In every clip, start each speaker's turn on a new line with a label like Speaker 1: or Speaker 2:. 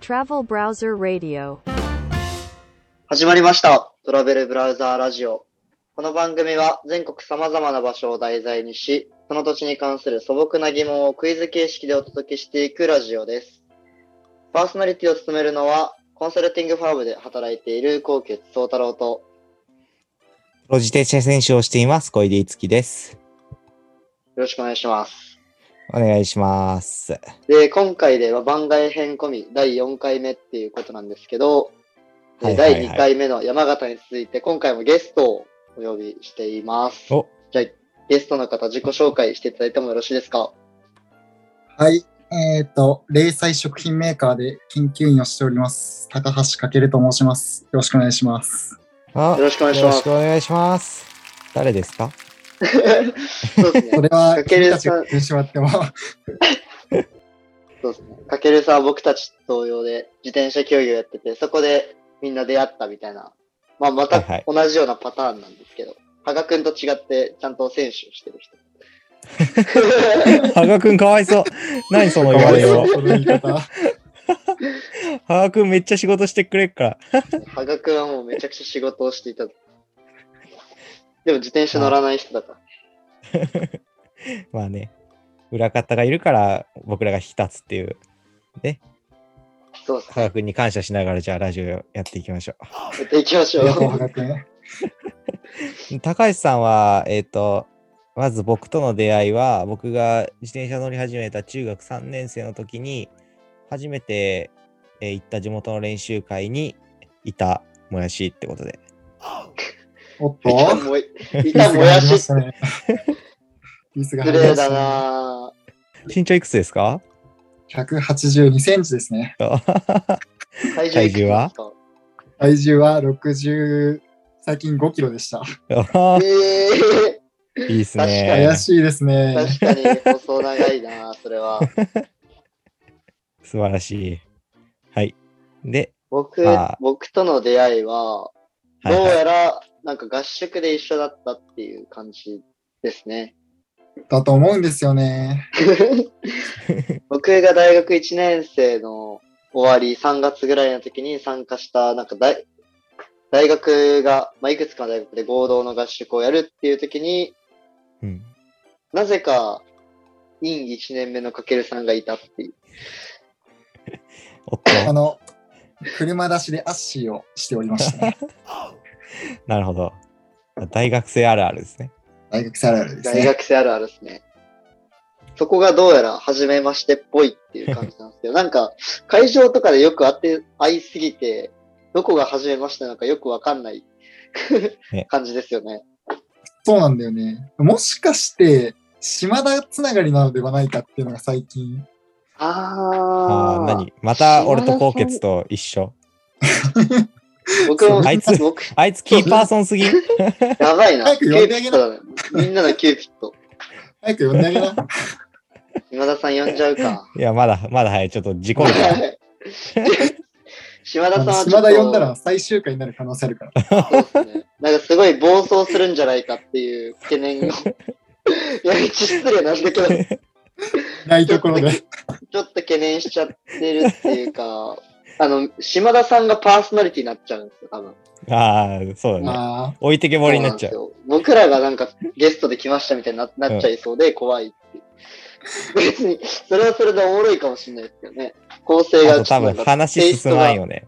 Speaker 1: Travel Browser Radio.
Speaker 2: 始まりました。トラベルブラウザーラジオ。この番組は全国様々な場所を題材にし、その土地に関する素朴な疑問をクイズ形式でお届けしていくラジオです。パーソナリティを務めるのは、コンサルティングファームで働いている高傑宗太郎と、
Speaker 3: プロ自転車選手をしています、小出いつきです。
Speaker 2: よろしくお願いします。
Speaker 3: お願いします。
Speaker 2: で、今回では番外編込み第4回目っていうことなんですけど、で
Speaker 3: はいはいはい
Speaker 2: 第2回目の山形に続いて、今回もゲストをお呼びしています。
Speaker 3: お
Speaker 2: じゃあ、ゲストの方自己紹介していただいてもよろしいですか
Speaker 4: はい。えっ、と、零細食品メーカーで研究員をしております。高橋かけると申します。よろしくお願いします。
Speaker 3: あ
Speaker 2: よろしくお願いし
Speaker 3: よ
Speaker 2: ま
Speaker 3: ろし
Speaker 2: す
Speaker 3: く。お願いします。誰ですか
Speaker 2: そう です
Speaker 4: そ
Speaker 2: ね。
Speaker 4: れは、
Speaker 2: かける
Speaker 4: 君たちがしてもらっても、
Speaker 2: そうですね。かけるさんは僕たち同様で自転車競技をやってて、そこでみんな出会ったみたいな。まあ、ま
Speaker 3: はいは
Speaker 2: た
Speaker 3: い
Speaker 2: 同じようなパターンなんですけど、羽賀くんと違ってちゃんと選手をして る人。
Speaker 3: 羽賀くんかわい そう。何その言われよう。
Speaker 4: その言い方。
Speaker 3: 羽賀くんめっちゃ仕事してくれっから。
Speaker 2: 羽賀くんはもうめちゃくちゃ仕事をしていた。でも自転車乗らない人だから。
Speaker 3: まあね、裏方がいるから僕らが引き立つっていう。
Speaker 2: そうです
Speaker 3: 羽賀くんに感謝しながらじゃあラジオやっていきましょ
Speaker 2: ね。やっていきまし
Speaker 4: あ
Speaker 2: ょ
Speaker 4: りがとう、
Speaker 2: う。
Speaker 4: 羽賀君。
Speaker 3: う。高橋さんは、えっ、と、まず僕との出会いは、僕が自転車乗り始めた中学3年生の時に、初めて、えー行った地元の練習会にいたもやしってことで。
Speaker 4: おっ
Speaker 2: いた
Speaker 4: と、
Speaker 2: もいいたもやし失
Speaker 4: ね。ミスが入り
Speaker 2: 礼
Speaker 4: ました
Speaker 2: だ
Speaker 4: ね
Speaker 2: なぁ
Speaker 3: 身長いくつですか
Speaker 4: 182センチですね。
Speaker 2: 体重いくつですか
Speaker 3: 体
Speaker 4: 体重は60、最近5キロでした。
Speaker 3: あ
Speaker 2: ええ
Speaker 3: ーいいっす
Speaker 2: え
Speaker 3: ね
Speaker 4: 怪。しいですね。
Speaker 2: 確かに細長いな、それは。
Speaker 3: 素晴らしい。はい。で、
Speaker 2: 僕
Speaker 3: あー、
Speaker 2: 僕との出会いは、
Speaker 3: はい
Speaker 2: どう
Speaker 3: はい
Speaker 2: やら、なんか合宿で一緒だったっていう感じですね。
Speaker 4: だと思うんですよね。
Speaker 2: 僕が大学1年生の終わり、3月ぐらいの時に参加した、なんか大、大学が、まあ、いくつかの大学で合同の合宿をやるっていう時に、
Speaker 3: うん。
Speaker 2: なぜか、院1年目のかけるさんがいたっていう。
Speaker 3: おっ
Speaker 4: あ
Speaker 3: と、
Speaker 4: の、車出しでアッシーをしておりましたね。
Speaker 3: なるほど。大学生あるあるですね。
Speaker 4: 大学生あるあるです
Speaker 2: 大
Speaker 4: ね。
Speaker 2: 学生あるあるですね。そこがどうやら初めましてっぽいっていう感じなんですけど、なんか会場とかでよく会って、会いすぎて、どこが初めましてなのかよくわかんない
Speaker 3: ね
Speaker 2: 感じですよね。
Speaker 4: そうなんだよね。もしかして、島田つながりなのではないかっていうのが最近。
Speaker 2: あ
Speaker 3: あ
Speaker 2: ー、
Speaker 3: あ、何また俺と高血と一緒。
Speaker 2: 僕も、
Speaker 3: あいつ
Speaker 2: 僕、
Speaker 3: あいつキーパーソンすぎ。
Speaker 2: やばいな。
Speaker 4: 早
Speaker 2: キ
Speaker 4: く
Speaker 2: ュ
Speaker 4: 呼
Speaker 2: ー
Speaker 4: ん
Speaker 2: ピ
Speaker 4: であげ
Speaker 2: ッ
Speaker 4: な
Speaker 2: トだね。みんなのキューピット。
Speaker 4: 早く呼んであげな。
Speaker 2: 今田さん呼んじゃう か。
Speaker 3: いや、まだ、まだ早い。ちょっと事故るから
Speaker 2: 島田さ
Speaker 4: あ
Speaker 2: ん
Speaker 4: の
Speaker 2: はちょ
Speaker 4: 島
Speaker 2: っ
Speaker 4: 田
Speaker 2: と
Speaker 4: 呼んだら最終回になる可能性あるから。
Speaker 2: そうですね。なんかすごい暴走するんじゃないかっていう懸 念が。いや、失礼なんだけど、ち
Speaker 4: ない ところで。
Speaker 2: ょっと懸念しちゃってるっていうか、あの、島田さんがパーソナリティになっちゃうんですよ、多分。
Speaker 3: ああ、そうだね。
Speaker 4: まあ、
Speaker 3: 置いてけぼりになっちゃう。
Speaker 2: そうなんですよ僕らがなんかゲストで来ましたみたいにななっちゃいそうで怖いっていう。別に、それはそれでおもろいかもしれないですけどね。構成が
Speaker 3: あと多分話進まんよね。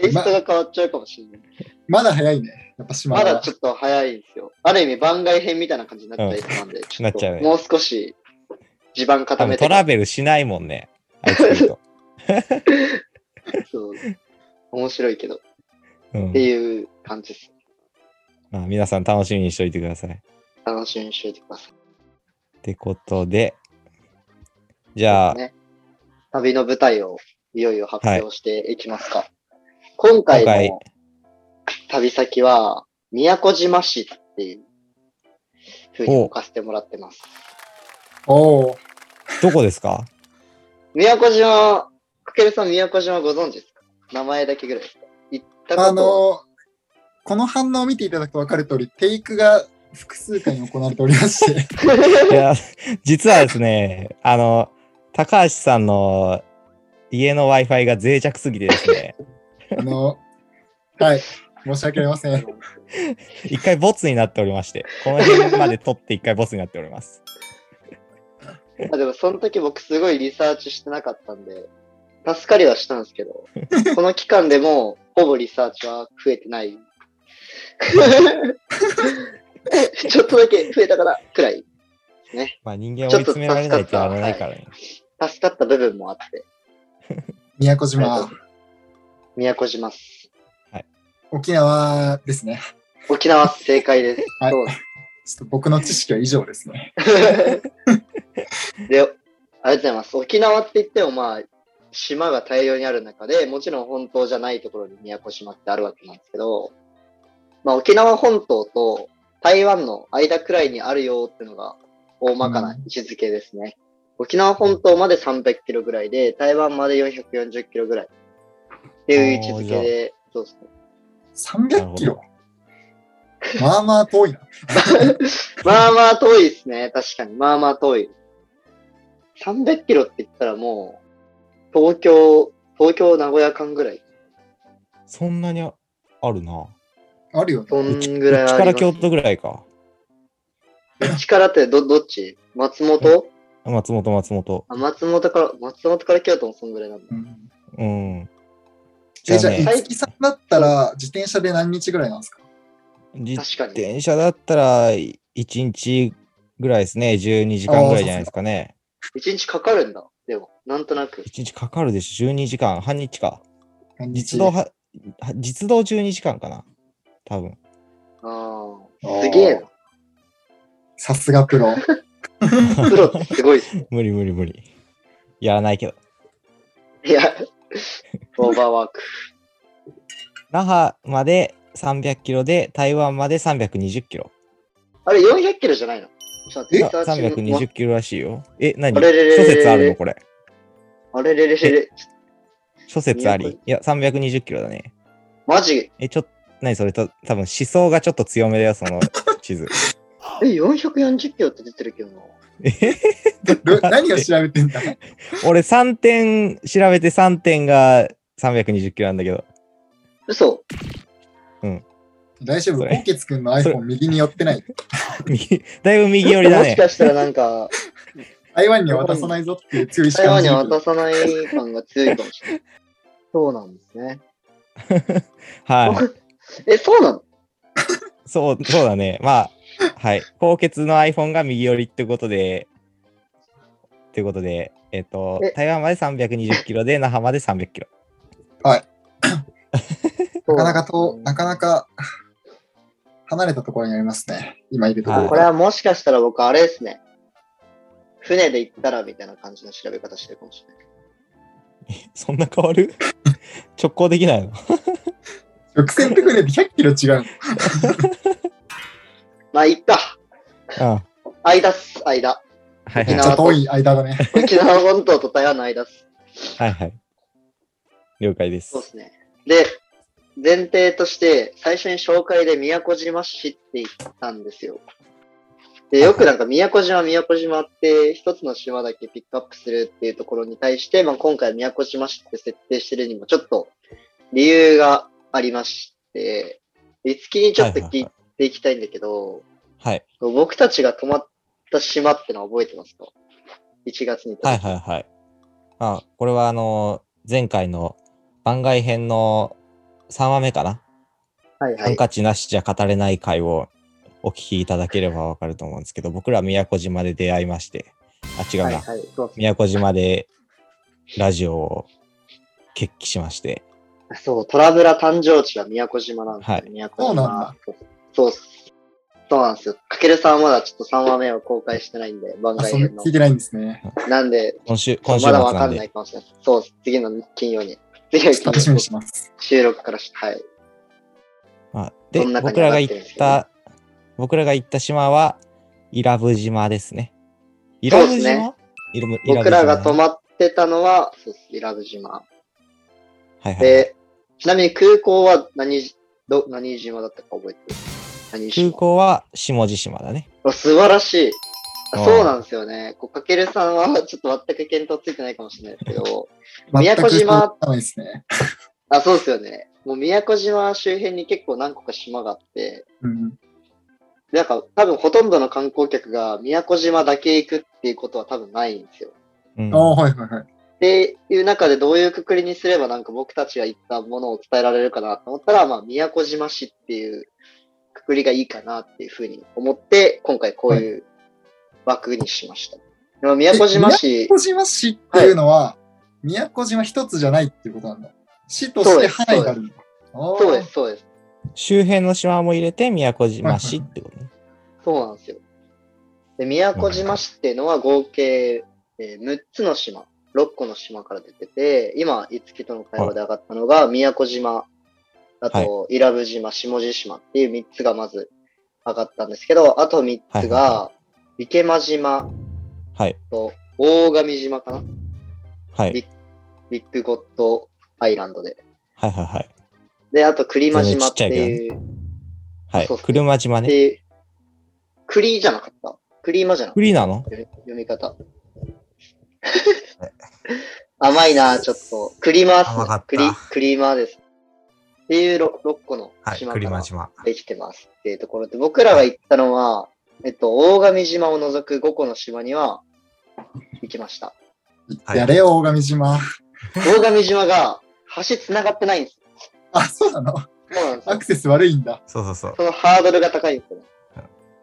Speaker 2: テイストが変わっちゃうかもしれない。
Speaker 4: まだ早いね。やっぱ島
Speaker 2: ま
Speaker 4: 田は。
Speaker 2: だちょっと早いんですよ。ある意味番外編みたいな感じになっちゃいそうなんで、ちょ
Speaker 3: な
Speaker 2: っ
Speaker 3: っちゃう
Speaker 2: と
Speaker 3: ね
Speaker 2: もう少し地盤
Speaker 3: 多
Speaker 2: 固
Speaker 3: 分
Speaker 2: め
Speaker 3: ト
Speaker 2: て。
Speaker 3: ラベルしないもんね。あいつ来ると。
Speaker 2: そう面白いけど。っ
Speaker 3: うん
Speaker 2: て。いう感じです。
Speaker 3: まあ、皆さん楽しみにしておいてください。
Speaker 2: 楽しみにしておいてください。
Speaker 3: ってことで、じゃあ、
Speaker 2: ね、旅の舞台をいよいよ発表していきますか。今回
Speaker 3: 今回
Speaker 2: の旅先は、宮古島市っていうふうに置かせてもらってます。
Speaker 4: おお。
Speaker 3: どこですか
Speaker 2: 宮古島、かけるさん宮古島ご存知ですか名前だけぐらいですか行ったことは
Speaker 4: あの、この反応を見ていただくと分かる通り、テイクが複数回に行われておりま し
Speaker 3: い
Speaker 4: て、
Speaker 3: や、実はですね、あの、高橋さんの家の Wi-Fi が脆弱すぎてですね、
Speaker 4: あの、はい、申し訳ありません。
Speaker 3: 一回ボツになっておりまして、この辺まで撮って一回ボツになっております。
Speaker 2: あでも、その時僕すごいリサーチしてなかったんで、助かりはしたんですけど、この期間でもうほぼリサーチは増えてない。 ちょっとだけ増えたかなくらい。
Speaker 3: まあ人間を追い詰められないってやらないからね。
Speaker 2: 助かった部分もあって、
Speaker 4: 宮古島、
Speaker 2: 宮古島っす。
Speaker 4: 沖縄ですね。
Speaker 2: 沖縄っす正解です。
Speaker 4: はい
Speaker 2: そう
Speaker 4: ちょっと僕の知識は以上ですね。
Speaker 2: で、ありがとうございます。沖縄って言っても、まあ、島が大量にある中で、もちろん本島じゃないところに宮古島ってあるわけなんですけど、まあ、沖縄本島と台湾の間くらいにあるよっていうのが大まかな位置づけですね。沖縄本島まで300キロぐらいで、台湾まで440キロぐらいっていう位置づけで、そうですね。
Speaker 4: 300キロまあまあ遠いな。
Speaker 2: まあまあ遠いですね。確かに。まあまあ遠い。300キロって言ったらもう、東京、東京、名古屋間ぐらい。
Speaker 3: そんなにあるな。
Speaker 4: あるよね。
Speaker 2: そ
Speaker 3: うんち
Speaker 2: ぐらいあります、
Speaker 3: から京都ぐらいか。
Speaker 2: 力ってど、どっち松本
Speaker 3: 松本、松本。
Speaker 2: あ、松本から、松本から京都もそんぐらいなんだ。
Speaker 4: うん
Speaker 3: うん。じゃ
Speaker 4: え
Speaker 3: あ
Speaker 4: じゃあ、
Speaker 3: ね、
Speaker 4: 五木さんだったら、自転車で何日ぐらいなんですか
Speaker 3: 自
Speaker 2: 確かに。
Speaker 3: 転車だったら1日ぐらいですね。12時間ぐらいじゃないですかね。
Speaker 2: 一日かかるんだ。でも、なんとなく。
Speaker 3: 1日かかるでしょ。12時間。半日か。
Speaker 4: 何日
Speaker 3: 実動は、は実動12時間かな。多分。
Speaker 2: ああ、すげえ
Speaker 4: さすがプロ。
Speaker 2: な。プロってすごいっす ね。
Speaker 3: 無理無理無理。やらないけど。
Speaker 2: いや、オーバーワーク。
Speaker 3: 那覇まで300キロで、台湾まで320キロ。
Speaker 2: あれ、400キロじゃないのちょっと
Speaker 4: え
Speaker 2: 待
Speaker 3: あ
Speaker 2: ってリサーチも
Speaker 3: 320キロらしいよ。え、何
Speaker 2: あれれれれれ
Speaker 3: 諸説あるのこれ。
Speaker 2: あれれれれれ。
Speaker 3: 諸説あり
Speaker 2: 200。
Speaker 3: いや、320キロだね。
Speaker 2: マジ
Speaker 3: え、ちょっと、何それと、多分思想がちょっと強めだよ、その地図。
Speaker 2: え、440キロって出てるけどな。
Speaker 3: えへへ
Speaker 4: ど何を調べてんだ
Speaker 3: 俺3点、調べて3点が320キロなんだけど。
Speaker 2: 嘘
Speaker 4: 大丈夫
Speaker 3: それ
Speaker 4: ポケツくんの
Speaker 3: それ
Speaker 4: iPhone 右に寄ってない。
Speaker 3: 右だいぶ右寄りだ
Speaker 2: もし
Speaker 3: ね。
Speaker 2: かしたらなん か、
Speaker 4: 台湾には渡さないぞっていう強い意志
Speaker 2: 台
Speaker 4: 感
Speaker 2: 湾に
Speaker 4: じ
Speaker 2: は
Speaker 4: るけど
Speaker 2: 渡さない感が強いかもしれない。そうなんですね。
Speaker 3: は
Speaker 2: え、そうなの
Speaker 3: い。そう、そうだね。まあ、はい。高血の iPhone が右寄りってことで、ってことで、えっ、と
Speaker 2: え、
Speaker 3: 台湾まで320キロで、那覇まで300キロ。
Speaker 2: そうな
Speaker 4: なかなかと、なかな
Speaker 2: か。
Speaker 4: か離れたところにありますね。今いるとこ
Speaker 3: は
Speaker 4: ろ
Speaker 3: い
Speaker 2: これはもしかしたら僕、あれですね。船で行ったらみたいな感じの調べ方してるかもしれない。
Speaker 3: そんな変わる 直行できないの
Speaker 4: 直線って船で100キロ違う。
Speaker 2: まあ、行った。
Speaker 3: うん。は
Speaker 2: 間っす、間。
Speaker 3: いは
Speaker 4: めっ
Speaker 3: い
Speaker 4: ち。ゃ遠い間だね。
Speaker 2: 沖縄本島と台湾の間っす。
Speaker 3: はいはい。了解です
Speaker 2: そう。ですね。で、前提として、最初に紹介で宮古島市って言ったんですよ。で、よくなんか宮古島、宮古島って一つの島だけピックアップするっていうところに対して、まあ、今回は宮古島市って設定してるにもちょっと理由がありまして、いつきにちょっと聞いていきたいんだけど、
Speaker 3: はい。
Speaker 2: 僕たちが泊まった島ってのは覚えてますか ?1 月に。
Speaker 3: はいはいはい。あ、これはあのー前回の番外編の3話目かな、
Speaker 2: はいは
Speaker 3: ハン
Speaker 2: い。
Speaker 3: カチなしじゃ語れない回をお聞きいただければわかると思うんですけど、僕ら宮古島で出会いまして、あ、違うな。
Speaker 2: はいはい。そう
Speaker 3: 宮古島でラジオを決起しまして、
Speaker 2: そう、トラブラ誕生地は宮古島なんですよ、
Speaker 3: はい
Speaker 2: 宮古
Speaker 4: そう
Speaker 2: 島。
Speaker 4: なんだ。
Speaker 2: そうっすそうなんですよ。かけるさんはまだちょっと3話目を公開してないんで、番
Speaker 4: あ、
Speaker 2: 外
Speaker 4: そんな
Speaker 2: 編の
Speaker 4: 聞い。てないんですね。
Speaker 2: なんで、
Speaker 3: 今週、今週
Speaker 2: ま
Speaker 3: 末
Speaker 2: だわ
Speaker 3: な
Speaker 2: か
Speaker 3: ん
Speaker 2: んない
Speaker 3: で、
Speaker 2: かもしれないです。そうっす次の金曜に。次の
Speaker 4: ちょっと
Speaker 2: 金
Speaker 4: 楽し
Speaker 2: 曜
Speaker 4: みに
Speaker 2: に
Speaker 4: してます。
Speaker 2: 収録からして、はい。
Speaker 3: まあ、で、
Speaker 2: この中に
Speaker 3: 僕らが
Speaker 2: 上が
Speaker 3: 行
Speaker 2: ってるん
Speaker 3: っ
Speaker 2: ですけど
Speaker 3: た、僕らが行った島は、伊良部島ですね。伊
Speaker 2: そ
Speaker 3: 良
Speaker 2: う
Speaker 3: 部
Speaker 2: ですね
Speaker 3: 島伊良部伊良部島
Speaker 2: 僕らが泊まってたのは、そうっす、伊良部島。
Speaker 3: はいはいはい
Speaker 2: で、ちなみに空港は何じ、ど、何島だったか覚えてる何
Speaker 3: 空
Speaker 2: 島
Speaker 3: 港は下地島だね。
Speaker 2: あ素晴らしい。
Speaker 5: あー
Speaker 2: そうなんですよね。こうかけるさんはちょっと全く見当ついてないかもしれないですけど、宮古島
Speaker 4: 全くそうないですね。
Speaker 2: あ、そうですよね。もう宮古島周辺に結構何個か島があって、
Speaker 4: うん。
Speaker 2: なんか多分ほとんどの観光客が宮古島だけ行くっていうことは多分ないんですよ。
Speaker 5: うん
Speaker 4: ああ、はいはいはい。
Speaker 2: っていう中でどういうくくりにすればなんか僕たちが言ったものを伝えられるかなと思ったら、まあ宮古島市っていうくくりがいいかなっていうふうに思って、今回こういう枠にしました。でも宮古島市
Speaker 4: 宮、古島市っていうのは、宮古島一つじゃないっていうことなんだ。市として範囲があるんだ。
Speaker 2: そうで
Speaker 4: あ
Speaker 2: す、そうです。
Speaker 5: 周辺の島も入れて宮古島市ってことね。
Speaker 2: そうなんですよ。で、宮古島市っていうのは合計、えー6つの島、6個の島から出てて、今、いつきとの会話で上がったのが、宮古島、あと、伊良部島、下地島っていう3つがまず上がったんですけど、あと3つ
Speaker 5: はいはい
Speaker 2: が、池間島
Speaker 5: はい。
Speaker 2: と大神島かな
Speaker 5: はい。
Speaker 2: ビッグゴッドアイランドで。
Speaker 5: はいはいはい。
Speaker 2: で、あと、栗間島っていう、
Speaker 5: はい。
Speaker 2: そうっすね
Speaker 5: 車島
Speaker 2: って
Speaker 5: ね。
Speaker 2: いう、栗じゃなかった栗間じゃなかった
Speaker 5: フリーなの
Speaker 2: 読み読み方。 甘いな、ちょっと。クリーマーっ
Speaker 5: 甘
Speaker 2: す
Speaker 5: かった。
Speaker 2: ねクリクリーマーです。っていう 6, 個の島から
Speaker 5: 島。
Speaker 2: できてますっていうところで、僕らが行ったのは、えっと、大神島を除く5個の島には行きました。
Speaker 4: あ。やれよ、大神島。
Speaker 2: 大神島が橋繋がってないんです。
Speaker 4: あ、そうなの
Speaker 2: そうなんです
Speaker 4: ア
Speaker 2: よ
Speaker 4: ク。セス悪いんだ。
Speaker 3: そうそうそう。
Speaker 2: そのハードルが高いんですよね。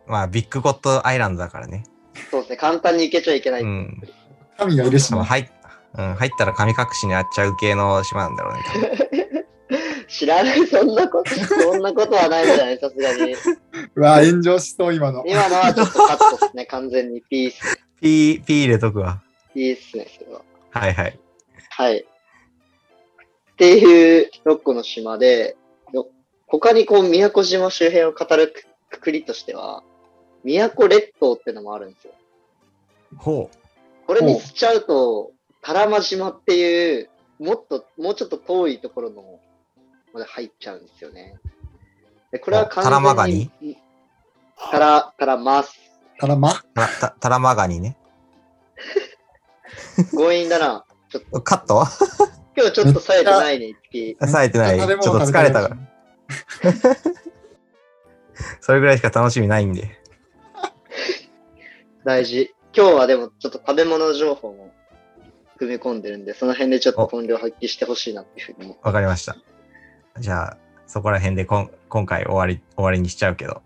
Speaker 3: まあ、ビッグゴッドアイランドだからね。
Speaker 2: そうですね。簡単に行けちゃいけない。
Speaker 3: うん。
Speaker 4: 神がいるし
Speaker 3: 多分
Speaker 4: な。
Speaker 3: 入っうん、入ったら神隠しにあっちゃう系の島なんだろうね。 多分
Speaker 2: 知らない。そんなこと、そんなことはないんじゃないさすがに。
Speaker 4: うわ、炎上しそう、今の。
Speaker 2: 今のはちょっとカットですね。完全にピース。
Speaker 3: ピー、ピー入れとくわ。
Speaker 2: いいっすね、それは。
Speaker 3: はいはい。
Speaker 2: はい。っていう6個の島で、よ他にこう、宮古島周辺を語るくくくりとしては、宮古列島ってのもあるんですよ。
Speaker 3: ほう。
Speaker 2: これにしちゃうと、多良間島っていう、もっと、もうちょっと遠いところの、まで入っちゃうんですよね。でこれは完全に。
Speaker 3: あ多良間ガニ
Speaker 2: タラ、タラマス。
Speaker 4: ただ、ま、
Speaker 3: た、た、 タラマガニね。
Speaker 2: 強引だな。ちょっと、
Speaker 3: カット
Speaker 2: 今日ちょっと冴えてないね、一匹。
Speaker 3: 冴えてない。ちょっと疲れたから。
Speaker 4: ら。
Speaker 3: それぐらいしか楽しみないんで。
Speaker 2: 大事。今日はでもちょっと食べ物情報も組み込んでるんで、その辺でちょっと本領発揮してほしいなっていうふうに思
Speaker 3: わかりました。じゃあ、そこら辺でこん今回終わり、終わりにしちゃうけど。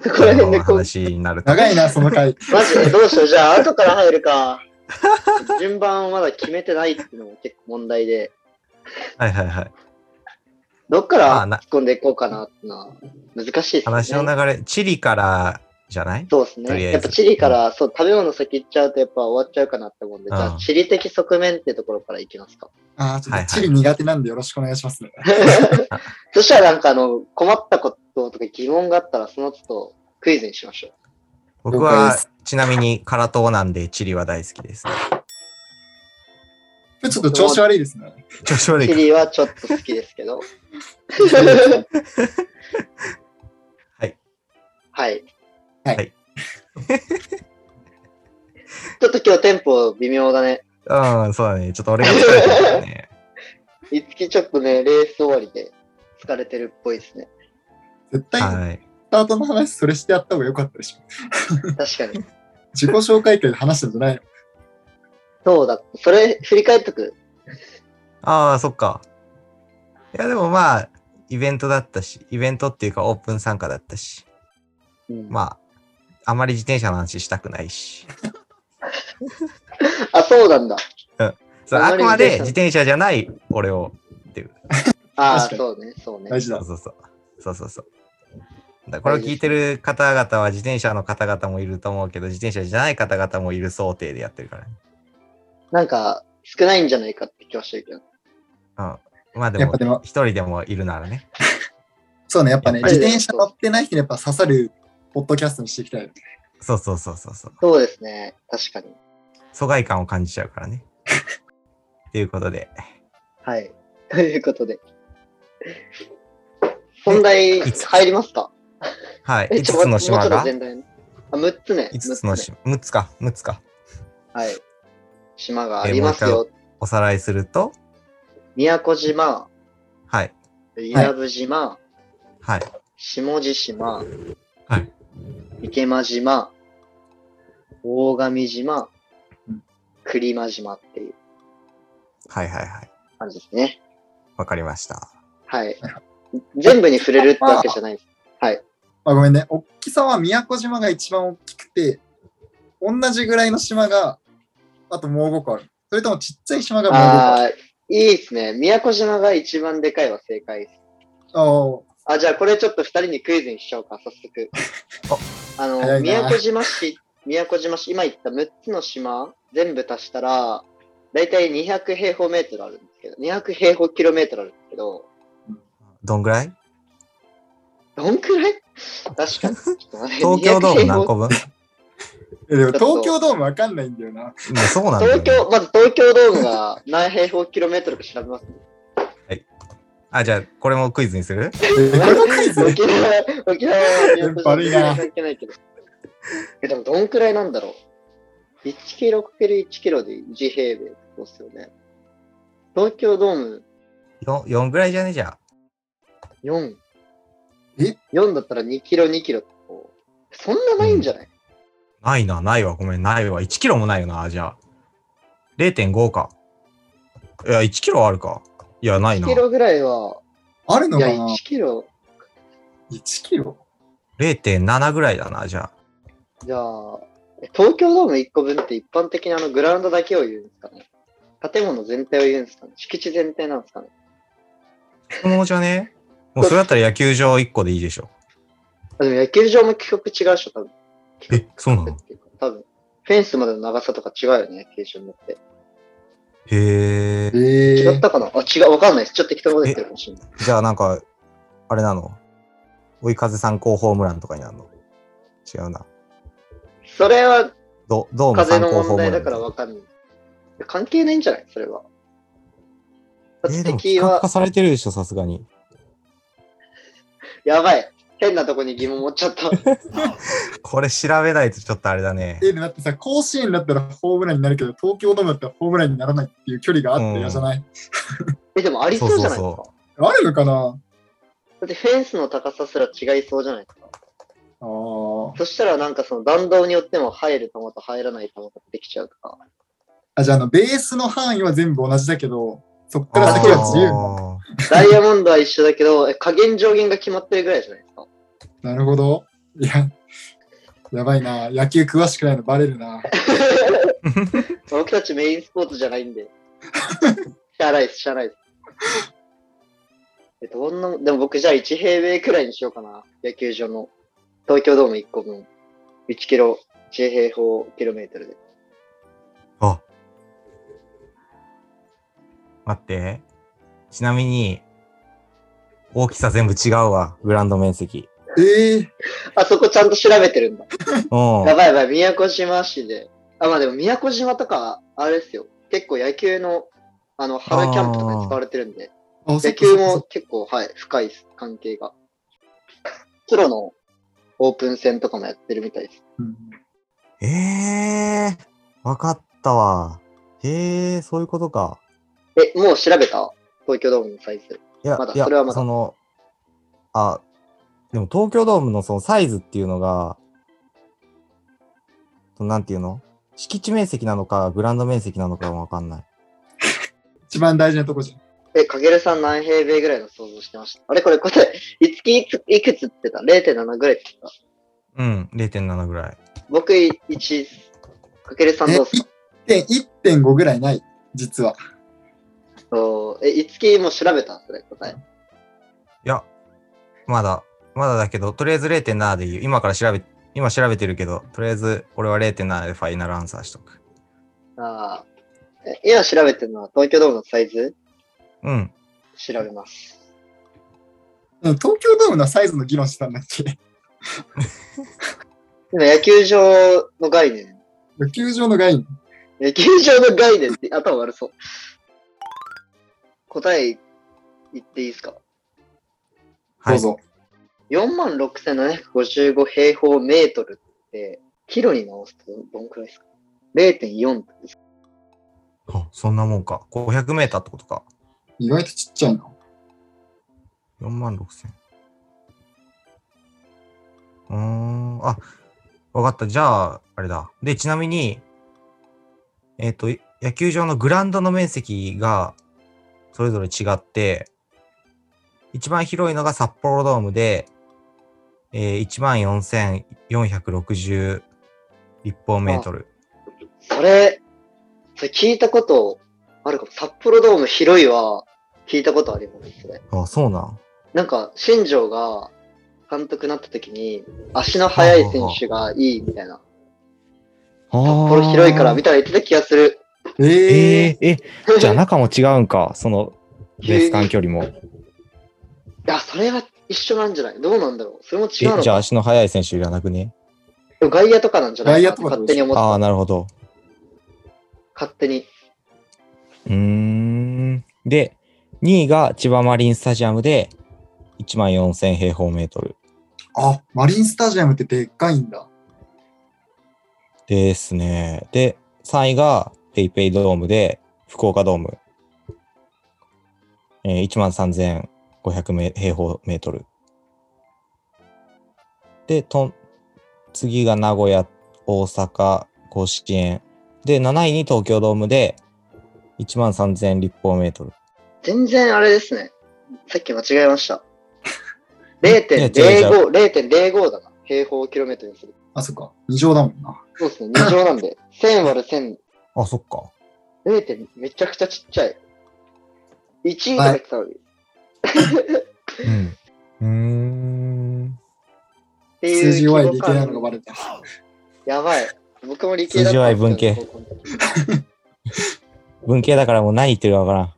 Speaker 2: う。こ
Speaker 3: こ
Speaker 2: の
Speaker 3: の
Speaker 2: 辺でこう、マジ
Speaker 3: 話になると。
Speaker 4: 長いな、その 回。
Speaker 2: でどうしよう。じゃあ、後から入るか。順番をまだ決めてないっていうのも結構問題で、
Speaker 3: はいはいはい。
Speaker 2: どっか
Speaker 3: ま
Speaker 2: ら
Speaker 3: あな
Speaker 2: 突っ込んでいこうかなってのは難しいですね。
Speaker 3: 話の流れ、チリからじゃない
Speaker 2: そうです
Speaker 3: とりあえ
Speaker 2: ね。
Speaker 3: ず
Speaker 2: やっぱチリから、そう、食べ物先行っちゃうとやっぱ終わっちゃうかなって思うんで、じゃ
Speaker 3: う
Speaker 2: あ
Speaker 3: ん
Speaker 2: 地理的側面ってところからいきますか。
Speaker 4: あーちょ
Speaker 3: は
Speaker 4: っ
Speaker 3: いは
Speaker 4: と
Speaker 3: い
Speaker 4: チリ苦手なんでよろしくお願いしますね。
Speaker 2: そしたらなんかあの、困ったこととか疑問があったら、その都度クイズにしましょう。
Speaker 3: 僕
Speaker 4: 了解
Speaker 3: は
Speaker 4: です
Speaker 3: ちなみに辛党なんでチリは大好き です。
Speaker 4: ちょっと調子悪いですね。
Speaker 3: 調子悪い
Speaker 2: チ
Speaker 3: か
Speaker 2: リはちょっと好きです けど。
Speaker 3: はい。
Speaker 2: はい。
Speaker 4: はい
Speaker 2: ちょっと今日テンポ微妙だね。
Speaker 3: うん、そうだね。ちょっと俺が疲れてるから ね。
Speaker 2: いつきちょっとね、レース終わりで疲れてるっぽいですね。
Speaker 4: 絶対、ス
Speaker 3: はい。
Speaker 4: タートの話、それしてやった方が良かったでしょ。
Speaker 2: 確かに。
Speaker 4: 自己紹介会で話したんじゃないの
Speaker 2: そうだ。それ振り返っとく。
Speaker 3: ああ、そっか。いや、でもまあ、イベントだったし、イベントっていうかオープン参加だったし、
Speaker 2: あ。
Speaker 3: まあ、あまり自転車の話したくないし、
Speaker 2: あ、そうなんだ。
Speaker 3: それ
Speaker 2: あ
Speaker 3: あ
Speaker 2: ま
Speaker 3: く
Speaker 2: り
Speaker 3: まで自
Speaker 2: 自
Speaker 3: 転車じゃない俺を、
Speaker 2: ああ、
Speaker 4: 確かに
Speaker 2: そうね、そうね。
Speaker 4: 大事
Speaker 3: そう
Speaker 4: だ。
Speaker 3: そうそう。そうそうそう。だからこれを聞いてる方々は自転車の方々もいると思うけど、自転車じゃない方々もいる想定でやってるからね。
Speaker 2: なんか、少ないんじゃないかって気はしてるけど。
Speaker 3: うん。まあで
Speaker 4: やっ
Speaker 3: も
Speaker 4: ぱ、でも、
Speaker 3: 一人でもいるならね。
Speaker 4: そうね、やっぱね、
Speaker 3: やっ
Speaker 2: ぱ
Speaker 4: 自
Speaker 2: り
Speaker 4: 転車乗ってない人にやっぱ刺さるポッドキャストにしていきたい。
Speaker 3: そうそうそうそうそう。
Speaker 2: そうですね、確かに。
Speaker 3: 疎外感を感じちゃうか らね。ということで、
Speaker 2: はい。 ということで。本題
Speaker 3: いつ
Speaker 2: 入りますか
Speaker 3: はい、
Speaker 2: え
Speaker 3: 5つの島
Speaker 2: もうちょっと
Speaker 3: が、
Speaker 2: 全体のあ6つね。
Speaker 3: 5つの
Speaker 2: 六ね
Speaker 3: 島、6つか、6つか。
Speaker 2: はい。島がありますよ。
Speaker 3: おさらいすると、
Speaker 2: 宮古島、
Speaker 3: はい、
Speaker 2: 伊良部島、
Speaker 3: はい、
Speaker 2: 下地島、
Speaker 3: はい、
Speaker 2: 池間島、大神島
Speaker 4: うん、
Speaker 2: 栗間島っていう
Speaker 3: はい、はい、はい。
Speaker 2: 感じですね。
Speaker 3: わかりました。
Speaker 2: はい。全部に触れるってわけじゃないです。
Speaker 4: あ、ごめんね。大きさは宮古島が一番大きくて、同じぐらいの島が、あともう5個ある。それともちっちゃい島がもう5個ある。
Speaker 2: ああ、いいですね。宮古島が一番でかいは正解です。
Speaker 4: あー
Speaker 2: あ、じゃあこれちょっと二人にクイズにしようか、早 速。あ
Speaker 4: 早
Speaker 2: の、
Speaker 4: いな
Speaker 2: 宮古島市、宮古島市、今言った6つの島、全部足したら、だいたい200平方メートルあるんですけど、200平方キロメートルあるんですけど、
Speaker 3: どんぐらい
Speaker 2: どんくらい確かに。ちょっと待って
Speaker 3: 東京ドーム 何個分
Speaker 4: えでも東京ドームわかんないんだよな。
Speaker 3: いやそうなんだ
Speaker 2: 東
Speaker 3: よ、ね。
Speaker 2: 京、まず東京ドームが何平方キロメートルか調べます。
Speaker 3: あ、じゃあ、これもクイズにする
Speaker 4: えーこれもクイズ
Speaker 2: 沖縄、沖縄は宮古島
Speaker 4: 悪いな
Speaker 2: 関係ないけど。え、でもどんくらいなんだろう。1キロ ×1 キロで1平米そうっすよね。東京ドーム
Speaker 3: 4, 四ぐらいじゃねじゃ
Speaker 2: 4。
Speaker 4: え
Speaker 2: ?4 だったら2キロ、2キロってこうそんなないんじゃない、
Speaker 3: あ。ないな、ないわ、ごめん、ないわ。1キロもないよな、じゃあ。0.5か。いや、1キロあるか。いや、ない
Speaker 2: ?1
Speaker 3: な
Speaker 2: キ。ロぐらいは、
Speaker 4: あるの
Speaker 2: いや、
Speaker 4: かな
Speaker 2: 1キロ、
Speaker 4: ?1 キロ
Speaker 3: 0.7ぐらいだな、じゃあ。
Speaker 2: じゃあ、え東京ドーム1個分って一般的にあのグラウンドだけを言うんですかね建物全体を言うんですかね敷地全体なんですかね
Speaker 3: そのじゃねもうそれだったら野球場1個でいいでしょ。
Speaker 2: あでも野球場も規格違うでしょ、多分。
Speaker 3: え、そうなの
Speaker 2: っていうか多分。フェンスまでの長さとか違うよね、野球場によって。
Speaker 3: へえ。
Speaker 4: え
Speaker 2: 違っ
Speaker 4: ー、
Speaker 2: たかな、あ、違う、わかんないです。ちょっと適当なこと言ってるかもしれない。
Speaker 3: じゃあなんか、あれなの追い風参考ホームランとかになるの違うな。
Speaker 2: それは
Speaker 3: どドーム
Speaker 2: 風
Speaker 3: 参
Speaker 2: の
Speaker 3: 考ホ
Speaker 2: 問
Speaker 3: ーム
Speaker 2: 題
Speaker 3: ラ
Speaker 2: だ
Speaker 3: ン
Speaker 2: から
Speaker 3: と
Speaker 2: わ
Speaker 3: か。
Speaker 2: かんない。いや関係ないんじゃないそれは。だ
Speaker 3: え
Speaker 2: っ
Speaker 3: ー、
Speaker 2: て
Speaker 3: でも
Speaker 2: 敵
Speaker 3: 企画
Speaker 2: は
Speaker 3: 化、されてるでしょ、さすがに。
Speaker 2: やばい。変なとこに疑問持っちゃ った。
Speaker 3: これ調べないとちょっとあれだね
Speaker 4: え。ー、だってさ、甲子園だったらホームランになるけど、東京ドームだったらホームランにならないっていう距離があって嫌じゃない、
Speaker 2: え、でもありそうじゃないですか。
Speaker 3: そうそう
Speaker 4: あるのかな
Speaker 2: だってフェンスの高さすら違いそうじゃないですか。
Speaker 4: あー
Speaker 2: そしたらなんかその弾道によっても入る球と入らない球ができちゃうとか。
Speaker 4: あ。じゃあ、あの、ベースの範囲は全部同じだけど、そっから先は自由。
Speaker 3: あー
Speaker 2: ダイヤモンドは一緒だけど、え加減上限が決まってるぐらいじゃないですか。
Speaker 4: なるほど。いや、やばいな。野球詳しくないのバレるな。
Speaker 2: 僕たちメインスポーツじゃないんで。しゃあないです、しゃあないです。えどんな、でも僕じゃあ1平米くらいにしようかな。野球場の。東京ドーム1個分。1キロ、1平方キロメートルで。
Speaker 3: あ。待って。ちなみに、大きさ全部違うわ、グラウンド面積。
Speaker 4: ええ
Speaker 2: あそこちゃんと調べてるんだ。
Speaker 3: うん。
Speaker 2: やばいやばい、宮古島市で。あ、まあでも宮古島とか、あれですよ。結構野球の、あの、春キャンプとかに使われてるんで、
Speaker 4: あそ
Speaker 2: 野
Speaker 4: っかそ
Speaker 2: 球
Speaker 4: っかそっ
Speaker 2: も
Speaker 4: か
Speaker 2: 結構、はい、深いです、関係が。プロのオープン戦とかもやってるみたいです。
Speaker 4: うん
Speaker 3: ええー、わかったわ。へえ、そういうことか。
Speaker 2: え、もう調べた東京ドームのサイズ。
Speaker 3: いや、
Speaker 2: まだ
Speaker 3: いや
Speaker 2: それはまだ
Speaker 3: その、あ、でも東京ドームのそのサイズっていうのが、そのなんていうの敷地面積なのか、グラウンド面積なのかわかんない。
Speaker 4: 一番大事なとこじゃん。
Speaker 2: え、かげるさん何平米ぐらいの想像してましたあれこれ答え、いつきいついくつって言った ?0.7 ぐらいって言っ
Speaker 3: うん、0.7ぐらい。
Speaker 2: た。僕1、かげるさんどうっすか
Speaker 4: で、1.5ぐらいない、実は。
Speaker 2: おーえ、いつきもう調べたそれ答え。
Speaker 3: いや、まだ、まだだけど、とりあえず0.7でいい。今から調べ、今調べてるけど、とりあえず俺は0.7でファイナルアンサーしとく。
Speaker 2: ああ。え今調べてるのは東京ドームのサイズ
Speaker 3: うん。
Speaker 2: 調べます。
Speaker 4: うん東京ドームのサイズの議論してたんだっけ
Speaker 2: 今野球場の概念。
Speaker 4: 野球場の概念。
Speaker 2: 野球場の概念って頭悪そう。答え言っていいですか
Speaker 3: は
Speaker 4: ど
Speaker 3: いう
Speaker 4: ぞ。
Speaker 2: ?46,755 平方メートルってキロに直すとどんくらいですか ?0.4 です。
Speaker 6: あそんなもんか。500メーターってことか。
Speaker 4: 意外とちっちゃいな。
Speaker 6: 4万6千。うーん。あ、わかった。じゃあ、あれだ。で、ちなみに、えっ、と、野球場のグラウンドの面積がそれぞれ違って、一番広いのが札幌ドームで、えー、14,460立方メートル。
Speaker 2: それ、それ聞いたことあるかも。札幌ドーム広いは聞いたことあります、それ。
Speaker 6: あ、そうなん。
Speaker 2: なんか、新庄が監督になった時に、足の速い選手がいいみたいな、札幌広いからみたいな言ってた気がする。
Speaker 4: え
Speaker 3: えー、え、じゃ あ中も違うんか、そのベース間距離も。
Speaker 2: いや、それは一緒なんじゃないどうなんだろうそれも違うの
Speaker 3: え、じゃあ
Speaker 2: か
Speaker 3: 足の速い選手いらなくね。
Speaker 2: でも外野とかなんじゃない
Speaker 4: 外野とか
Speaker 2: 勝手に思っ
Speaker 3: ああ、
Speaker 2: た。
Speaker 3: なるほど。
Speaker 2: 勝手に。
Speaker 3: うーん。で、2位が千葉マリンスタジアムで1万4000平方メートル
Speaker 4: あ、マリンスタジアムってでっかいんだ。
Speaker 3: ですね。で、3位がペイペイドームで福岡ドーム。えー、1万3500め平方メートル。で、とん次が名古屋、大阪、甲子園。で、7位に東京ドームで1万3000立方メートル。
Speaker 2: 全然あれですね。さっき間違えま した。
Speaker 3: いや違う違
Speaker 2: 0.05、0.05だな。平方キロメートルにする。
Speaker 4: あ、そっか。二乗だもんな。
Speaker 2: そうですね。二乗なん で。1000割る1000、
Speaker 6: あ、そっか。
Speaker 2: 0. 点めちゃくちゃちっちゃい。1位とか言ってたのに。っ
Speaker 6: うん。うーん。
Speaker 2: ていう
Speaker 4: 数字弱いでい
Speaker 2: 規
Speaker 4: け
Speaker 2: 模
Speaker 4: ない
Speaker 2: 感
Speaker 4: のがバレた。
Speaker 2: やばい。僕も理系だったんですけど。
Speaker 3: 文系だからもう何言ってるかわから ん。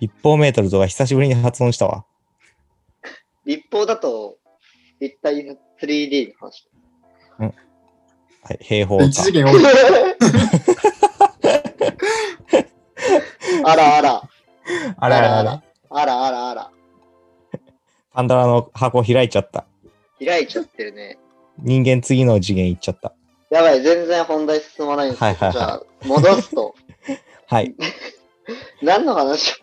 Speaker 3: 立方メートルとか久しぶりに発音したわ。
Speaker 2: 立方だと、立体の 3D の 話。
Speaker 3: はい、平方か。
Speaker 4: 一次元多い。
Speaker 2: あらあら、
Speaker 6: あらあらあら。
Speaker 2: あらあらあら。
Speaker 3: パンドラの箱開いちゃった。
Speaker 2: 開いちゃってるね。
Speaker 3: 人間次の次元行っちゃった。
Speaker 2: やばい、全然本題進まないんですけど、
Speaker 3: はいはいはい
Speaker 2: じゃあ、戻すと。
Speaker 3: はい。
Speaker 2: 何の話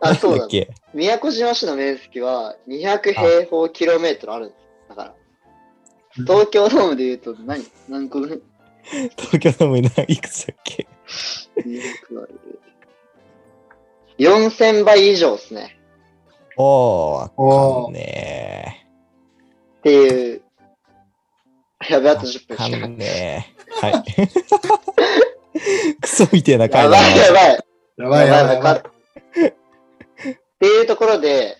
Speaker 2: あ、そう
Speaker 3: だ
Speaker 2: だ
Speaker 3: っ。け
Speaker 2: 宮古島市の面積は200平方キロメートルあるんです。だから。東京ドームで言うと何何個分
Speaker 3: 東京ドームいくつだっけ
Speaker 2: ?4000 倍以上ですね。
Speaker 3: おー、わ
Speaker 4: お
Speaker 3: かんね
Speaker 2: っていう。やべ、あと10
Speaker 3: え。
Speaker 2: 分
Speaker 3: か
Speaker 2: しかない。
Speaker 3: んねえ。はい。 クソみてえな
Speaker 2: や
Speaker 3: 回だ
Speaker 2: ばいや
Speaker 3: な。
Speaker 2: ばい。
Speaker 4: やばいやばいやばい。
Speaker 2: っていうところで、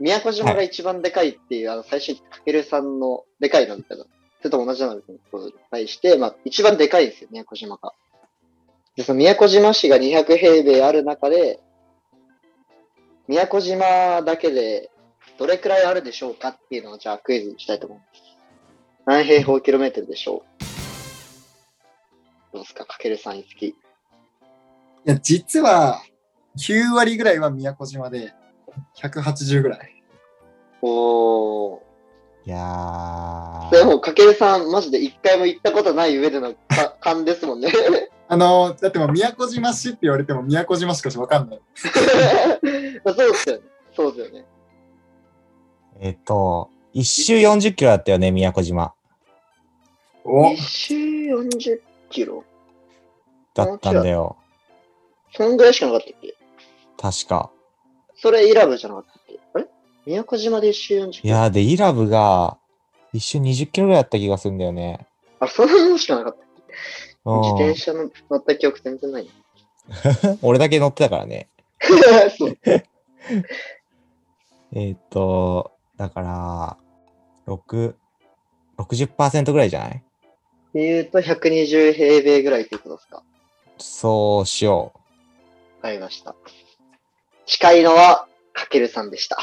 Speaker 2: 宮古島が一番でかいっていう、あの、最初にかけるさんのでかいのみたいな、それと同じなのに対して、まあ、一番でかいんですよ、宮古島が。で、その宮古島市が200平米ある中で、宮古島だけでどれくらいあるでしょうかっていうのを、じゃあクイズにしたいと思います。何平方キロメートルでしょうどうですか、かけるさんにつき。
Speaker 4: いや、実は9割ぐらいは宮古島で、180ぐらい。
Speaker 2: おー。
Speaker 3: いや
Speaker 2: で
Speaker 3: ー。
Speaker 2: も、かけるさん、マジで一回も行ったことない上での か勘ですもんね。
Speaker 4: あのー、だってもう宮古島市って言われても宮古島しかしわかんない。
Speaker 2: まあそうですよね。そうですよね。
Speaker 3: えっと、一周40キロだったよね、宮古島。
Speaker 4: お
Speaker 2: 1周40キロ
Speaker 3: だったんだよ。
Speaker 2: そんぐらいしかなかったっけ
Speaker 3: 確か。
Speaker 2: それイラブじゃなかったっけあれ宮古島で1周40キ
Speaker 3: い
Speaker 2: ロ
Speaker 3: やー、で、イラブが一周20キロぐらいだった気がするんだよね。
Speaker 2: あ、そんなのしかなかった。
Speaker 3: うん
Speaker 2: 自転車の乗った記憶全然 ない。
Speaker 3: 俺だけ乗ってたからね。
Speaker 2: そう
Speaker 3: えーっと、だから、6、60%ぐらいじゃない
Speaker 2: 言うと120平米ぐらいってことですかわ
Speaker 3: そうしよ
Speaker 2: かりました。近いのはかけるさんで した。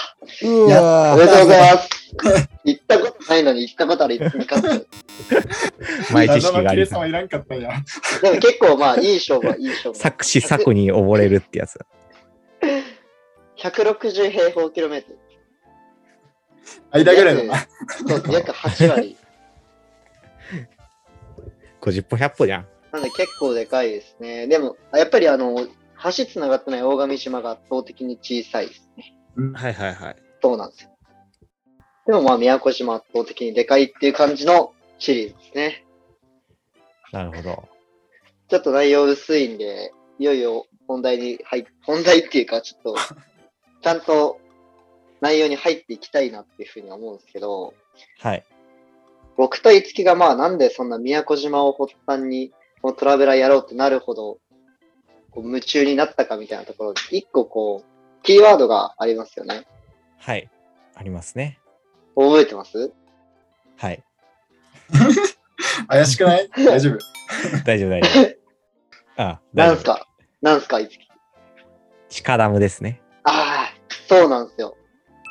Speaker 3: う。う
Speaker 4: や
Speaker 2: お
Speaker 3: わ
Speaker 2: めで
Speaker 3: ー
Speaker 2: とうございます。行ったことないのに行ったことあるいつに勝つ。
Speaker 3: 前知識があ り
Speaker 4: 謎の切れさ
Speaker 3: そ。
Speaker 4: まいうらんかったんや。
Speaker 2: でも結構まあ、いい勝負 はいい勝負。
Speaker 3: 作詞作に溺れるってやつ。
Speaker 2: 160平方キロメートル。
Speaker 4: 間ぐらいだな。
Speaker 2: そう、約8割。
Speaker 3: 50歩100歩じゃん。
Speaker 2: なんで結構でかいですね。でも、やっぱりあの、橋つながってない大神島が圧倒的に小さいですね。
Speaker 3: はいはいはい。
Speaker 2: そうなんですよ。でもまあ、宮古島圧倒的にでかいっていう感じのシリーズですね。
Speaker 3: なるほど。
Speaker 2: ちょっと内容薄いんで、いよいよ本題に入っ、本題っていうか、ちょっ と、ちゃんと内容に入っていきたいなっていうふうに思うんですけど、
Speaker 3: はい。
Speaker 2: 僕と五木がまあなんでそんな宮古島を発端にこのトラベラーやろうってなるほどこう夢中になったかみたいなところで一個こうキーワードがありますよね
Speaker 3: はい。ありますね。
Speaker 2: 覚えてます
Speaker 3: はい。
Speaker 4: 怪しくない大丈夫。
Speaker 3: 大丈夫 大丈夫。あ、
Speaker 2: なん
Speaker 3: 大
Speaker 2: す
Speaker 3: 丈夫。
Speaker 2: かなんすか五木
Speaker 3: 地下ダムですね。
Speaker 2: ああそうなんですよ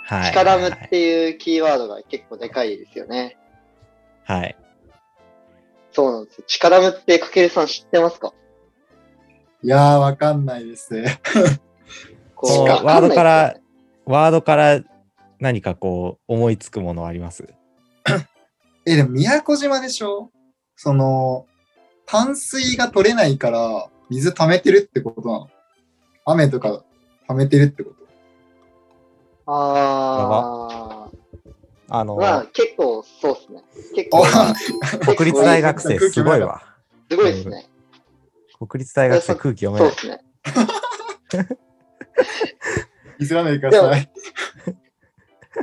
Speaker 3: はい。
Speaker 2: 地下ダムっていうキーワードが結構でかいですよね
Speaker 3: はい。
Speaker 2: そうなんですよ地下ダムってかけるさん知ってますか
Speaker 4: いやー、わかんないです。
Speaker 3: そう
Speaker 2: わんないですよね
Speaker 3: ワードからワードから何かこう思いつくものはあります
Speaker 4: え、でも宮古島でしょその、淡水が取れないから、水溜めてるってことなの雨とか溜めてるってこと
Speaker 2: ああ
Speaker 3: あの、
Speaker 2: まあ結構そうですね結構
Speaker 4: あ
Speaker 3: 国立大学生すごいわ。
Speaker 2: すごいですね
Speaker 3: 国立大学生空気読め
Speaker 2: そう
Speaker 3: ない
Speaker 2: で。すね
Speaker 4: ミスらないでください。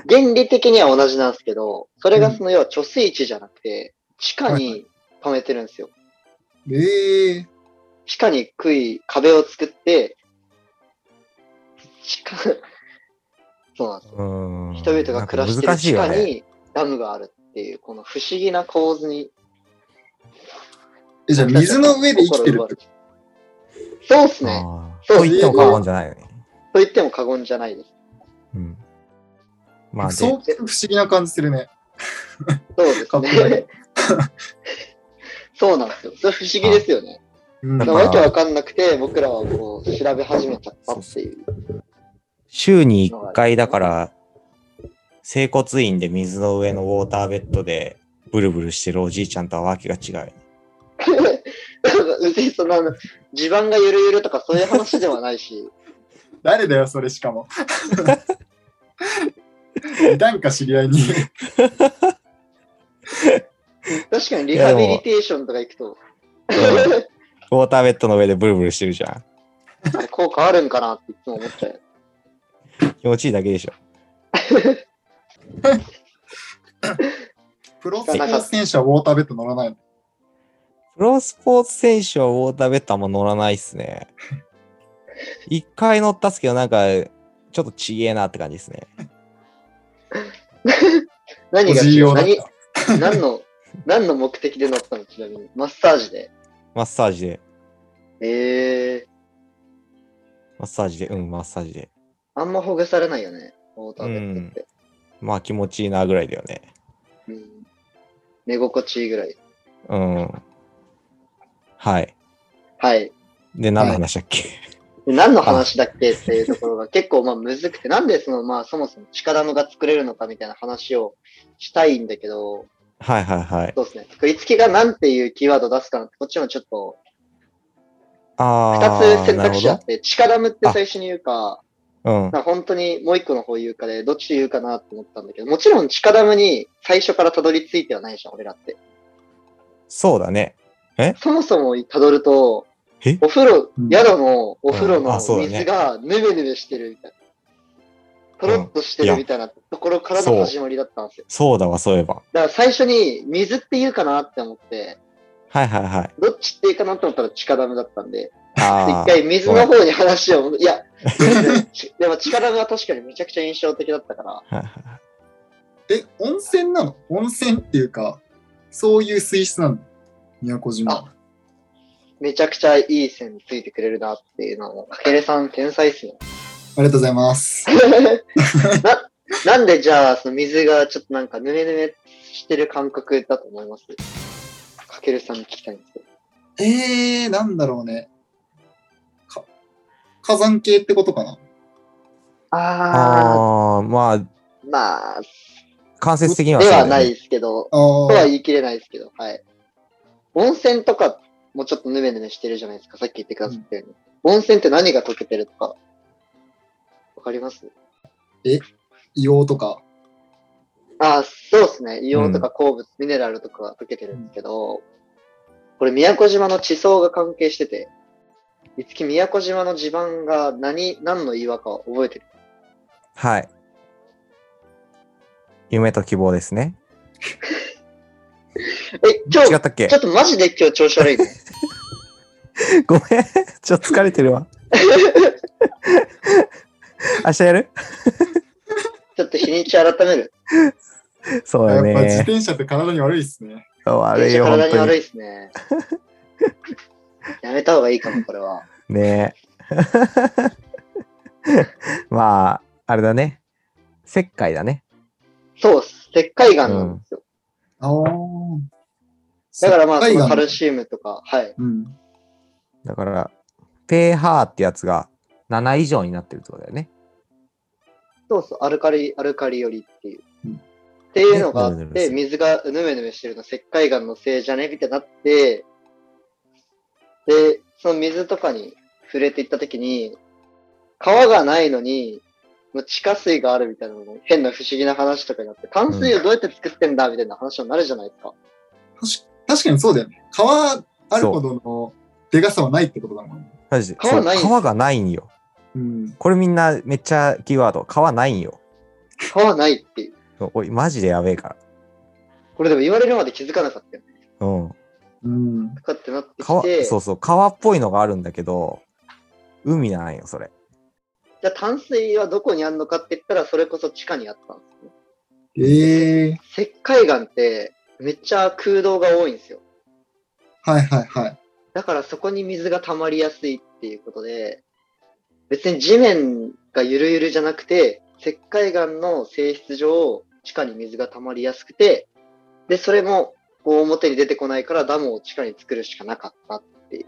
Speaker 2: 原理的には同じなんですけど、それがその要は貯水池じゃなくて、地下に溜めてるんですよ。
Speaker 4: えー、
Speaker 2: 地下に杭、壁を作って、地下、 そうなんですよ。
Speaker 3: うん。
Speaker 2: 人々が暮らして
Speaker 3: な
Speaker 2: る
Speaker 3: んか難しい
Speaker 2: 地
Speaker 3: よ
Speaker 2: 下
Speaker 3: ね。
Speaker 2: にダムがあるっていう、この不思議な構図に。
Speaker 4: え、じゃあ水の上で生きてるってこ
Speaker 2: そうっすね。
Speaker 3: あー
Speaker 2: そう
Speaker 3: と言っても過言じゃないよね。
Speaker 2: と言っても過言じゃないです。
Speaker 3: うん。まあ、
Speaker 4: と
Speaker 3: で
Speaker 4: そう不思議な感じするね。
Speaker 2: そうですね。 そうなんですよ。それ不思議ですよね。
Speaker 4: うん、
Speaker 3: だから
Speaker 2: わけわかんなくて、僕らはこう調べ始めちゃったっていう。
Speaker 3: 週に1回だから、整骨院で水の上のウォーターベッドでブルブルしてるおじいちゃんとはわけが違う よね。
Speaker 2: 別にそのあの地盤がゆるゆるとかそういう話ではない し、
Speaker 4: 誰だよ、それしかも。 いたんか、知り合 いに。
Speaker 2: 確かにリハビリテーションとか行くと、
Speaker 3: ウォーターベッドの上でブルブルしてるじゃん。
Speaker 2: あれ効果あるんかなっていつも思っちゃう。
Speaker 3: 気持ちいいだけでしょ。
Speaker 4: プロスポーツ選手はウォーターベッド乗らないの。
Speaker 3: プロスポーツ選手はウォーターベッドあんま乗らないっ すね。一回乗ったっすけど、なんか、ちょっとちげえなって感じですね。
Speaker 2: 何が
Speaker 4: おじ
Speaker 2: 違
Speaker 4: い
Speaker 2: う
Speaker 4: 用だった
Speaker 2: 何何の何の目的で乗ったのちなみに。マッサージで。
Speaker 3: マッサージで、
Speaker 2: えー、
Speaker 3: マッサージで、うん、マッサージで。
Speaker 2: あんまほぐされないよね、ウォーターベッドって。
Speaker 3: まあ気持ちいいなぐらいだよね。
Speaker 2: うん寝心地いいぐらい。
Speaker 3: うん。はい。
Speaker 2: はい。
Speaker 3: で、何の話だっけ、
Speaker 2: で何の話だっけっていうところが結構まあむずくて、なんでそのまあそもそも地下ダムが作れるのかみたいな話をしたいんだけど、
Speaker 3: はい、はいはいはい
Speaker 2: そうですね。振り付けがなんていうキーワードを出すかなんて、こっちもちょっと、
Speaker 3: あ
Speaker 2: 二つ
Speaker 3: ー
Speaker 2: 選択肢あって、地下ダムって最初に言うか、
Speaker 3: なるほど。うん。
Speaker 2: なんか本当にもう一個の方言うかで、どっち言うかなって思ったんだけど、もちろん地下ダムに最初からたどり着いてはないじゃん、俺らって。
Speaker 3: そうだね。
Speaker 2: そもそもたどると
Speaker 3: え、
Speaker 2: お風呂、
Speaker 4: うん
Speaker 2: 宿のお風呂
Speaker 3: うん
Speaker 2: の
Speaker 3: あそうだね
Speaker 2: 水がヌメヌメしてるみたいな。とろっとして
Speaker 3: いや
Speaker 2: るみたいなところからの始まりだったんですよ。
Speaker 3: そうだわ、そういえば。
Speaker 2: だから最初に水って言うかなって思って、
Speaker 3: はいはいはい。
Speaker 2: どっちって言うかなって思ったら地下ダムだったんで、
Speaker 3: あ
Speaker 2: 一
Speaker 3: ー
Speaker 2: 回水の方に話を、いや、ちでも近田が確かにめちゃくちゃ印象的だったから、
Speaker 3: はいはい
Speaker 4: え、温泉なの温泉っていうか、そういう水質なの宮古島。
Speaker 2: めちゃくちゃいい線ついてくれるなっていうのも、かけれさん天才っすね。
Speaker 4: ありがとうございます。
Speaker 2: ななんでじゃあ、その水がちょっとなんかぬめぬめしてる感覚だと思いますかけるさんに聞きたいんですけど。
Speaker 4: えー、なんだろうね。か火山系ってことかな
Speaker 2: あ
Speaker 3: あー、まあ、
Speaker 2: ー、まあ、
Speaker 3: 間接的には
Speaker 2: で
Speaker 3: そうだ
Speaker 2: は
Speaker 3: よね
Speaker 2: ないですけど、
Speaker 4: あ
Speaker 2: とは
Speaker 4: ー
Speaker 2: 言い切れないですけど、はい。温泉とかもちょっとヌメヌメしてるじゃないですか、さっき言ってくださったように。温泉って何が溶けてるとか、わかります
Speaker 4: 硫黄とか。
Speaker 2: ああ、そうですね。硫黄とか鉱物、ミネラルとかは溶けてるんですけど、これ宮古島の地層が関係してて、いつき宮古島の地盤が何、何の岩か覚えてる
Speaker 3: はい。夢と希望ですね。
Speaker 2: え、今
Speaker 3: 違
Speaker 2: 日
Speaker 3: っ、たっけ
Speaker 2: ちょっとマジで今日調子悪いね。
Speaker 3: ごめん。 ちょっと疲れて るわ。明日やる
Speaker 2: ちょっと日にち改める。
Speaker 3: そう
Speaker 4: や
Speaker 3: よ
Speaker 4: っぱ自
Speaker 3: ね。
Speaker 4: 転車って体に悪いっすね。
Speaker 3: 悪いよ、
Speaker 2: 体
Speaker 3: 本
Speaker 2: に
Speaker 3: 当
Speaker 2: 悪い
Speaker 3: に。
Speaker 2: ですね。やめた方がいいかも、これは。
Speaker 3: ね え。まあ、あれだね。石灰だね。
Speaker 2: そうっす。石灰岩なんですよ。
Speaker 4: ああ。
Speaker 2: だからまあ、そ
Speaker 4: 石灰
Speaker 2: の
Speaker 4: 岩
Speaker 2: カルシウムとか、はい。
Speaker 4: うん。
Speaker 3: だから、pH ってやつが7以上になってるってことだよね。
Speaker 2: そうそう、アルカリ、アルカリよりっていう。
Speaker 4: うん
Speaker 2: っていうのがあ
Speaker 3: ねぬ
Speaker 2: っ
Speaker 3: めぬめ
Speaker 2: て、
Speaker 3: する
Speaker 2: 水がぬめぬめしてるの石灰岩のせいじゃねみたいになって、で、その水とかに触れていったときに、川がないのに、もう地下水があるみたいなのも変な不思議な話とかになって、淡水をどうやって作ってんだみたいな話になるじゃないですか。
Speaker 4: 確かにそうだよね。川あるほどのでかさはないってことだもんね。
Speaker 3: マジで。
Speaker 2: 川ないん
Speaker 3: そ
Speaker 2: す
Speaker 3: う
Speaker 2: よ
Speaker 3: 川がないんよ。
Speaker 4: うん。
Speaker 3: これみんなめっちゃキーワード。川ないんよ。
Speaker 2: 川ないっていう。
Speaker 3: おい、マジでやべえか
Speaker 2: これでも言われるまで気づかなかったよね。
Speaker 3: ら。うん。
Speaker 4: うん。
Speaker 2: とかってなってき
Speaker 3: 川
Speaker 2: て、
Speaker 3: そうそう川っぽいのがあるんだけど海なんよそれ
Speaker 2: じゃあ淡水はどこにあるのかって言ったら、それこそ地下にあったんですね。
Speaker 4: ええ
Speaker 2: 石灰岩ってめっちゃ空洞が多いんですよ。
Speaker 4: はいはいはい。
Speaker 2: だからそこに水が溜まりやすいっていうことで、別に地面がゆるゆるじゃなくて、石灰岩の性質上、地下に水が溜まりやすくて、で、それもこう表に出てこないからダムを地下に作るしかなかったっていう。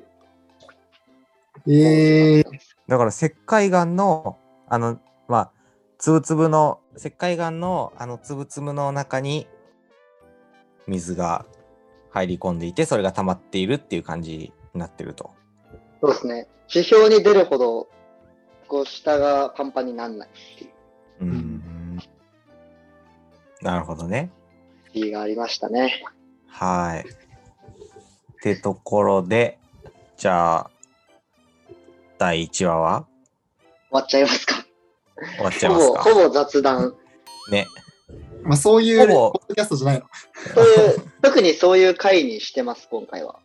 Speaker 4: ええ
Speaker 3: だから石灰岩のあのまあ粒々の石灰岩のあの粒々の中に水が入り込んでいてそれが溜まっているっていう感じになってると
Speaker 2: そうですね。地表に出るほど、こう下がパンパンになんないっていう
Speaker 3: うーんなるほどね
Speaker 2: 理由がありましたね。
Speaker 3: はいってところでじゃあ第1話は
Speaker 2: 終わっちゃいますか。
Speaker 3: 終わっちゃい
Speaker 2: ほ
Speaker 3: ます
Speaker 2: ぼ、
Speaker 3: か
Speaker 2: ほぼ雑談。
Speaker 3: ね
Speaker 4: まあそういう
Speaker 3: ほぼ
Speaker 4: ポッドキャストじゃないの。
Speaker 2: そういう、特にそういう回にしてます、今回は。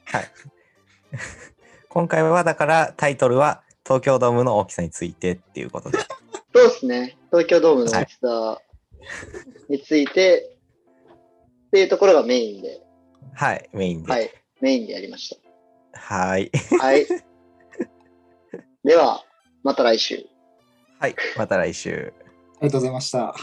Speaker 3: 今回はだからタイトルは東京ドームの大きさについてっていうことで。
Speaker 2: そうですね。東京ドームの大きさについて、っていうところがメインで、
Speaker 3: はい、メインで。
Speaker 2: はい、メインでやりまし
Speaker 3: はい。
Speaker 2: た。 はい。では、また来週。
Speaker 3: はい、また来週。
Speaker 4: ありがとうございました。